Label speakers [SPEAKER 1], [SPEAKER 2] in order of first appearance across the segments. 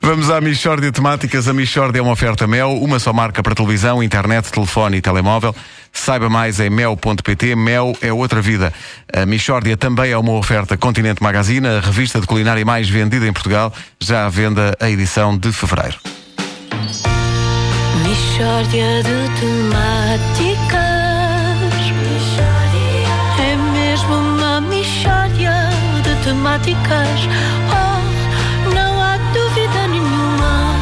[SPEAKER 1] Vamos à Michórdia Temáticas. A Michórdia é uma oferta Mel, uma só marca para televisão, internet, telefone e telemóvel. Saiba mais em mel.pt. Mel é outra vida. A Michórdia também é uma oferta Continente Magazine, a revista de culinária mais vendida em Portugal, já à venda a edição de fevereiro.
[SPEAKER 2] Mishória de temáticas É mesmo uma mishória de temáticas Oh, não há dúvida nenhuma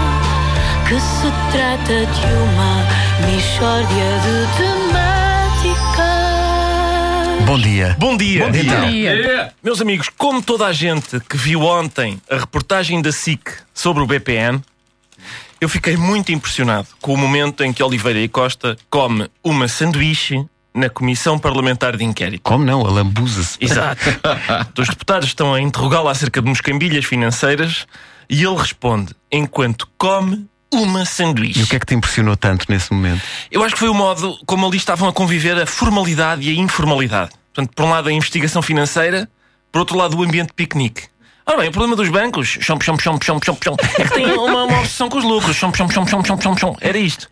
[SPEAKER 2] Que se trata de uma mishória de temáticas
[SPEAKER 1] Bom dia.
[SPEAKER 3] Bom dia. Então.
[SPEAKER 1] Bom dia. Bom
[SPEAKER 3] Meus amigos, como toda a gente que viu ontem a reportagem da SIC sobre o BPN, eu fiquei muito impressionado com o momento em que Oliveira e Costa come uma sanduíche na Comissão Parlamentar de Inquérito.
[SPEAKER 1] Como não? Alambuza-se.
[SPEAKER 3] Exato. Os deputados estão a interrogá-lo acerca de moscambilhas financeiras e ele responde enquanto come uma sanduíche.
[SPEAKER 1] E o que é que te impressionou tanto nesse momento?
[SPEAKER 3] Eu acho que foi o modo como ali estavam a conviver a formalidade e a informalidade. Portanto, por um lado a investigação financeira, por outro lado o ambiente de piquenique. Ora bem, o problema dos bancos chom, chom, chom, chom, chom, chom, é que têm uma, uma obsessão com os lucros. Chom, chom, chom, chom, chom, chom, chom. Era isto.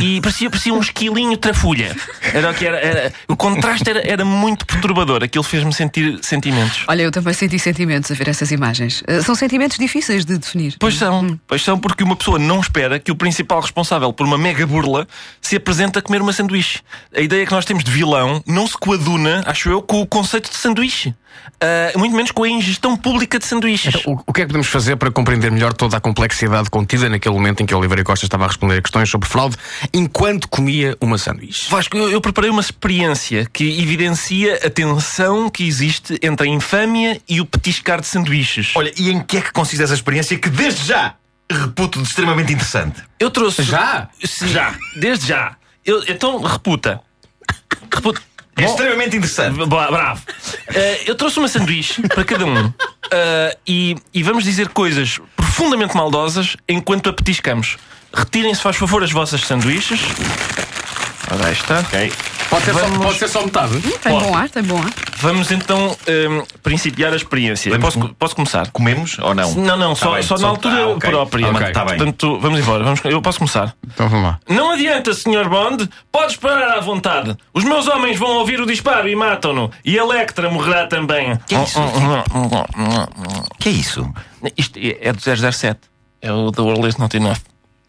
[SPEAKER 3] E parecia, parecia um esquilinho trafulha. Era o que era. era- o contraste era, era muito perturbador. Aquilo fez-me sentir sentimentos.
[SPEAKER 4] Olha, eu também senti sentimentos a ver essas imagens. Eh, São sentimentos difíceis de definir.
[SPEAKER 3] Pois são, pois são, porque uma pessoa não espera que o principal responsável por uma mega burla se apresente a comer uma sanduíche. A ideia que nós temos de vilão não se coaduna, acho eu, com o conceito de sanduíche. Ah, muito menos com a ingestão pública de sanduíches.
[SPEAKER 5] O, o que é que podemos fazer para compreender melhor toda a complexidade contida naquele momento em que Oliveira Costa estava a responder a questões sobre fraude enquanto comia uma sanduíche?
[SPEAKER 3] Vasco, eu, eu preparei uma experiência que evidencia a tensão que existe entre a infâmia e o petiscar de sanduíches.
[SPEAKER 6] Olha, e em que é que consiste essa experiência que desde já reputo de extremamente interessante?
[SPEAKER 3] eu trouxe.
[SPEAKER 5] Já?
[SPEAKER 3] Se- Já, desde já. Eu- então, reputa. Reputa.
[SPEAKER 6] É extremamente interessante.
[SPEAKER 3] Bra- Bravo. Eh, eu trouxe uma sanduíche para cada um. Eh, e, e vamos dizer coisas profundamente maldosas enquanto a petiscamos. Retirem-se, faz favor, as vossas sanduíches. Ora, aí está.
[SPEAKER 5] Pode ser, só, pode ser só metade?
[SPEAKER 4] Tem bom ar, tem bom ar.
[SPEAKER 3] Vamos então ehm, principiar a experiência.
[SPEAKER 6] Vamos
[SPEAKER 3] Posso, posso começar?
[SPEAKER 6] Comemos ou não? Tá
[SPEAKER 3] Não, Tá não, só,
[SPEAKER 6] bem,
[SPEAKER 3] só na
[SPEAKER 6] só-
[SPEAKER 3] altura
[SPEAKER 6] Ah, ok.
[SPEAKER 3] própria.
[SPEAKER 6] Ok, tá bem.
[SPEAKER 3] Portanto, vamos embora. Vamos, eu posso começar?
[SPEAKER 1] Então vamos lá.
[SPEAKER 3] Não adianta, Sr. Bond. Podes parar à vontade. Os meus homens vão ouvir o disparo e matam-no. E Electra morrerá também. Que é isso?
[SPEAKER 6] Que é isso?
[SPEAKER 3] Isto é do 007. É o The World is Not Enough.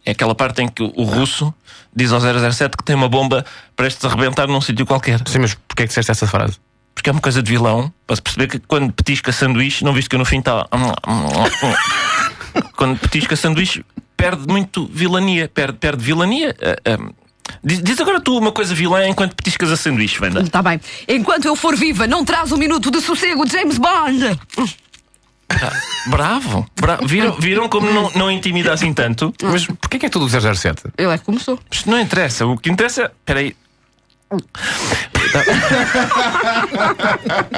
[SPEAKER 3] É aquela parte em que o russo diz ao 007 que tem uma bomba prestes a arrebentar num sítio qualquer.
[SPEAKER 5] Sim, mas porquê é que disseste essa frase?
[SPEAKER 3] Porque é uma coisa de vilão. Para se perceber que quando petisca sanduíche, não viste que eu no fim está. quando petisca sanduíche, perde muito vilania. Perde, perde vilania. Ah, ah. Diz, diz agora tu uma coisa vilã enquanto petiscas a sanduíche, Wanda.
[SPEAKER 4] Está Tá bem. Enquanto eu for viva, não traz um minuto de sossego, James Bond!
[SPEAKER 3] Bravo! Bra- viram, viram como não, não intimida assim tanto?
[SPEAKER 5] Mas porquê é que é tudo 007?
[SPEAKER 4] Ele é que começou.
[SPEAKER 3] Isto não interessa. O que interessa. Espera aí.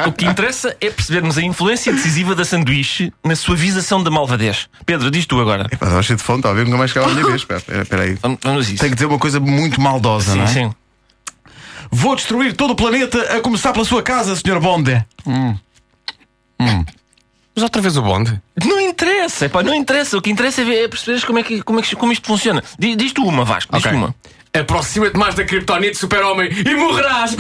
[SPEAKER 3] o que interessa é percebermos a influência decisiva da sanduíche na suavização da malvadez. Pedro, diz tu agora.
[SPEAKER 1] Pá, Estava cheio de fome, estava a ver, nunca mais chegava a minha vez. Espera, Espera espera aí.
[SPEAKER 3] Vamos, vamos a isso.
[SPEAKER 1] Tenho que dizer uma coisa muito maldosa, não
[SPEAKER 3] Sim,
[SPEAKER 1] é?
[SPEAKER 3] sim.
[SPEAKER 1] Vou destruir todo o planeta, a começar pela sua casa, Sr. Bond.
[SPEAKER 5] Mas outra vez o bonde?
[SPEAKER 3] Não interessa, pá, não interessa. O que interessa é, ver, é perceberes como é que, como é que como isto funciona. Diz, diz tu uma, Vasco, diz
[SPEAKER 5] Ok.
[SPEAKER 3] tu uma.
[SPEAKER 5] Aproxima-te mais da Kryptonite, super-homem, e morrerás!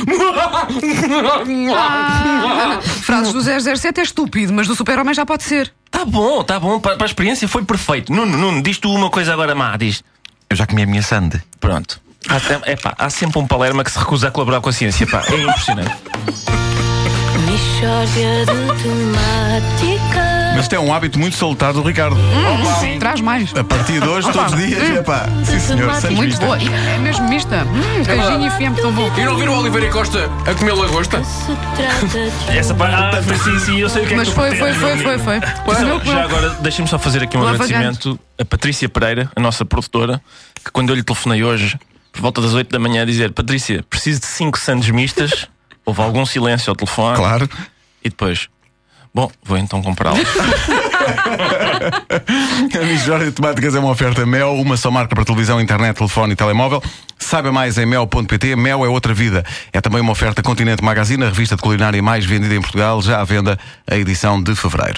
[SPEAKER 3] Ah.
[SPEAKER 4] Frases do 007 é estúpido, mas do Super-Homem já pode ser.
[SPEAKER 3] Tá bom, tá bom, para, para a experiência foi perfeito. Nuno, Nuno, diz tu uma coisa agora má, diz.
[SPEAKER 6] Eu já comi a minha sande.
[SPEAKER 3] Pronto. Há, tem- epá, há sempre um palerma que se recusa a colaborar com a ciência, pá. É impressionante.
[SPEAKER 2] Mishória de temáticas
[SPEAKER 1] Mas isto é um hábito muito solitário do Ricardo.
[SPEAKER 4] Traz mais.
[SPEAKER 3] É
[SPEAKER 1] A partir de hoje, todos os dias, epá. Sim, senhor, sem
[SPEAKER 4] Muito
[SPEAKER 1] vista.
[SPEAKER 4] boa. E É mesmo mista. Hum, queijinho e fiambre tão bom.
[SPEAKER 5] E não viram o Oliveira e Costa a comer lagosta?
[SPEAKER 2] Se trata de
[SPEAKER 3] Essa parte. Ah, foi, sim, sim, eu sei o que
[SPEAKER 4] Mas
[SPEAKER 3] é que
[SPEAKER 4] foi,
[SPEAKER 3] tu
[SPEAKER 4] foi,
[SPEAKER 3] pretendes,
[SPEAKER 4] foi,
[SPEAKER 3] meu
[SPEAKER 4] foi,
[SPEAKER 3] amigo.
[SPEAKER 4] foi.
[SPEAKER 3] Já,
[SPEAKER 4] Comeu, comeu.
[SPEAKER 3] já agora, deixem-me só fazer aqui um
[SPEAKER 4] Lavagante.
[SPEAKER 3] agradecimento a Patrícia Pereira, a nossa produtora, que quando eu lhe telefonei hoje, por volta das 8 da manhã, a dizer: Patrícia, preciso de 5 sandes mistas. Houve algum silêncio ao telefone.
[SPEAKER 1] Claro.
[SPEAKER 3] E depois, bom, vou então comprá-los.
[SPEAKER 1] A Mijória de Temáticas é uma oferta Mel, uma só marca para televisão, internet, telefone e telemóvel. Saiba mais em mel.pt. Mel é outra vida. É também uma oferta Continente Magazine, a revista de culinária mais vendida em Portugal, já à venda a edição de fevereiro.